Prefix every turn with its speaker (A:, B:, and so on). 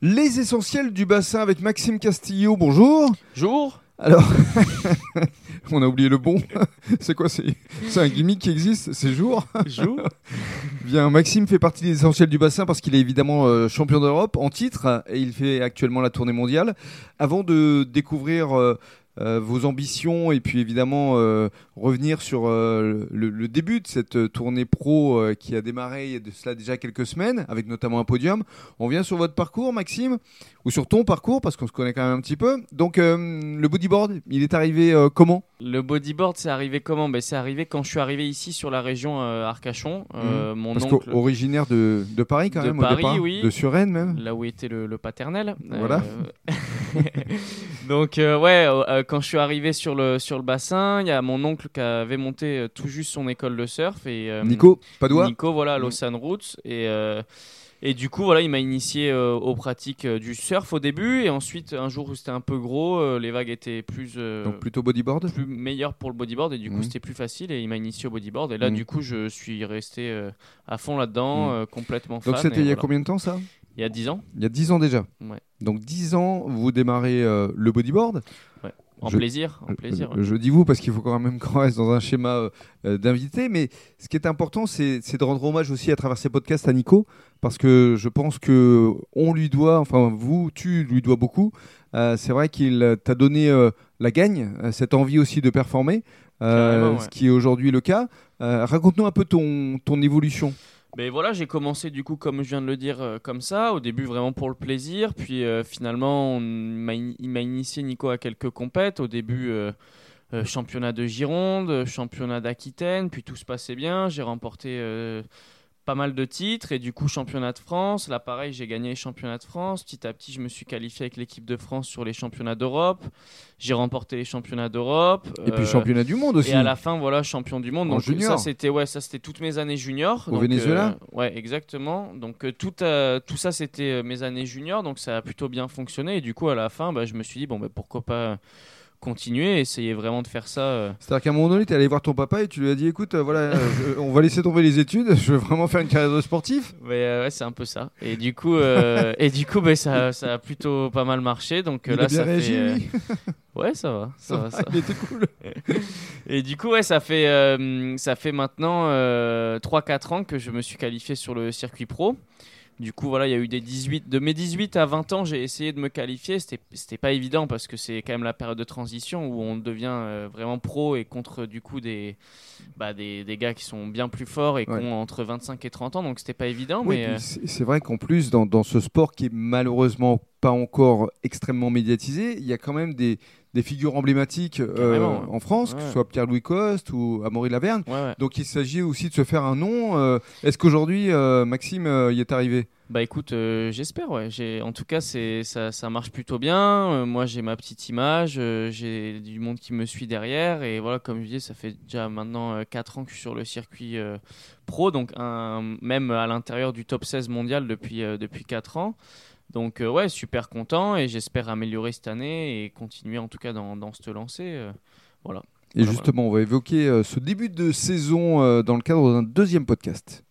A: Les essentiels du bassin avec Maxime Castillo, bonjour.
B: Jour
A: Alors, on a oublié le bon. c'est quoi C'est c'est un gimmick qui existe, c'est jour.
B: Jour
A: Bien, Maxime fait partie des essentiels du bassin parce qu'il est évidemment euh, champion d'Europe en titre hein, et il fait actuellement la tournée mondiale. Avant de découvrir euh, euh, vos ambitions et puis évidemment euh, revenir sur euh, le, le début de cette euh, tournée pro euh, qui a démarré il y a de cela déjà quelques semaines avec notamment un podium, on vient sur votre parcours Maxime ou sur ton parcours parce qu'on se connaît quand même un petit peu. Donc euh, le bodyboard, il est arrivé euh, comment
B: Le bodyboard, c'est arrivé comment ben, C'est arrivé quand je suis arrivé ici sur la région euh, Arcachon. Euh, Mon
A: Hmm. Parce
B: oncle,
A: qu'originaire de, de Paris quand
B: De
A: même au
B: Paris,
A: départ,
B: oui.
A: de Suresnes même.
B: là où était le, le paternel.
A: Voilà.
B: Euh, Donc, euh, ouais, euh, euh, quand je suis arrivé sur le, sur le bassin, il y a mon oncle qui avait monté euh, tout juste son école de surf. Et, euh,
A: Nico, Padoua.
B: Nico, voilà, à
A: Mm.
B: l'Océan Roots. Et, euh, et du coup, voilà, il m'a initié euh, aux pratiques euh, du surf au début. Et ensuite, un jour où c'était un peu gros, euh, les vagues étaient plus. euh,
A: donc plutôt bodyboard.
B: plus meilleur pour le bodyboard et du coup
A: Mhm.
B: c'était plus facile et il m'a initié au bodyboard et là
A: Mhm.
B: du coup je suis resté euh, à fond là-dedans
A: Mhm.
B: euh, complètement fan
A: Donc c'était
B: et
A: il y a
B: voilà.
A: combien de temps ça
B: il y a 10 ans
A: Il y a 10 ans déjà.
B: Ouais.
A: Donc 10 ans, vous démarrez euh, le bodyboard.
B: en
A: Je- euh,
B: plaisir en plaisir
A: Je, je dis vous parce qu'il faut quand même qu'on reste dans un schéma euh, euh, d'invité, mais ce qui est important, c'est c'est de rendre hommage aussi à travers ces podcasts à Nico, parce que je pense que on lui doit, enfin vous, tu lui dois beaucoup. Euh, c'est vrai qu'il euh, t'a donné euh, la gagne, euh, cette envie aussi de performer, euh,
B: Carrément, ouais.
A: ce qui est aujourd'hui le cas. Euh, Raconte-nous un peu ton, ton évolution.
B: Mais voilà, j'ai commencé du coup, comme je viens de le dire, euh, comme ça. Au début, vraiment pour le plaisir. Puis euh, finalement, on m'a in- il m'a initié Nico à quelques compètes. Au début, euh, euh, championnat de Gironde, euh, championnat d'Aquitaine. Puis tout se passait bien. J'ai remporté euh, pas mal de titres. Et du coup, championnat de France. Là, pareil, j'ai gagné les championnats de France. Petit à petit, je me suis qualifié avec l'équipe de France sur les championnats d'Europe. J'ai remporté les championnats d'Europe.
A: Et puis
B: Euh,
A: championnat du monde aussi.
B: et à la fin, voilà, champion du monde.
A: En
B: Donc
A: junior.
B: ça, c'était ouais, ça c'était toutes mes années juniors.
A: Au
B: Donc,
A: Venezuela
B: euh, Ouais, exactement. Donc euh, tout euh, tout ça, c'était euh, mes années juniors. Donc ça a plutôt bien fonctionné. Et du coup, à la fin, bah, je me suis dit bon, bah, pourquoi pas continuer, essayer vraiment de faire ça. euh.
A: C'est-à-dire qu'à un moment donné, tu es allé voir ton papa et tu lui as dit écoute, euh, voilà, euh, je- on va laisser tomber les études, je veux vraiment faire une carrière de sportif.
B: Mais euh, ouais, c'est un peu ça. Et du coup, euh, et du coup, bah, ça ça a plutôt pas mal marché. Donc euh,
A: Il
B: là,
A: a bien
B: ça
A: réagi,
B: fait. euh,
A: lui.
B: Ouais, ça va, ça, va, ça.
A: Il était cool.
B: Et du coup, ouais, ça fait euh, ça fait maintenant euh, 3-4 ans que je me suis qualifié sur le circuit pro. Du coup, voilà, il y a eu des 18. De mes 18 à 20 ans, j'ai essayé de me qualifier. C'était, c'était pas évident parce que c'est quand même la période de transition où on devient euh, vraiment pro et contre du coup des, bah, des, des gars qui sont bien plus forts et qui
A: Ouais.
B: ont entre 25 et 30 ans. Donc c'était pas évident.
A: Oui,
B: mais,
A: puis
B: euh,
A: c'est c'est vrai qu'en plus, dans, dans ce sport qui est malheureusement pas encore extrêmement médiatisé, il y a quand même des, des figures emblématiques euh,
B: Carrément, ouais.
A: en France, que ce
B: Ouais.
A: soit Pierre-Louis Coste ou Amaury Laverne.
B: euh, ouais, ouais.
A: Donc il s'agit aussi de se faire un nom. euh, Est-ce qu'aujourd'hui, euh, Maxime euh, y est arrivé
B: Bah écoute, euh, j'espère, ouais. J'ai- En tout cas, c'est ça, ça marche plutôt bien. Euh, moi, j'ai ma petite image, euh, j'ai du monde qui me suit derrière. Et voilà, comme je disais, ça fait déjà maintenant 4 ans que je suis sur le circuit euh, pro, donc un- même à l'intérieur du top 16 mondial depuis, euh, depuis 4 ans. Donc euh, ouais, super content et j'espère améliorer cette année et continuer en tout cas dans, dans cette lancée. euh.
A: Et
B: Ah,
A: justement, on va évoquer euh, ce début de saison euh, dans le cadre d'un deuxième podcast.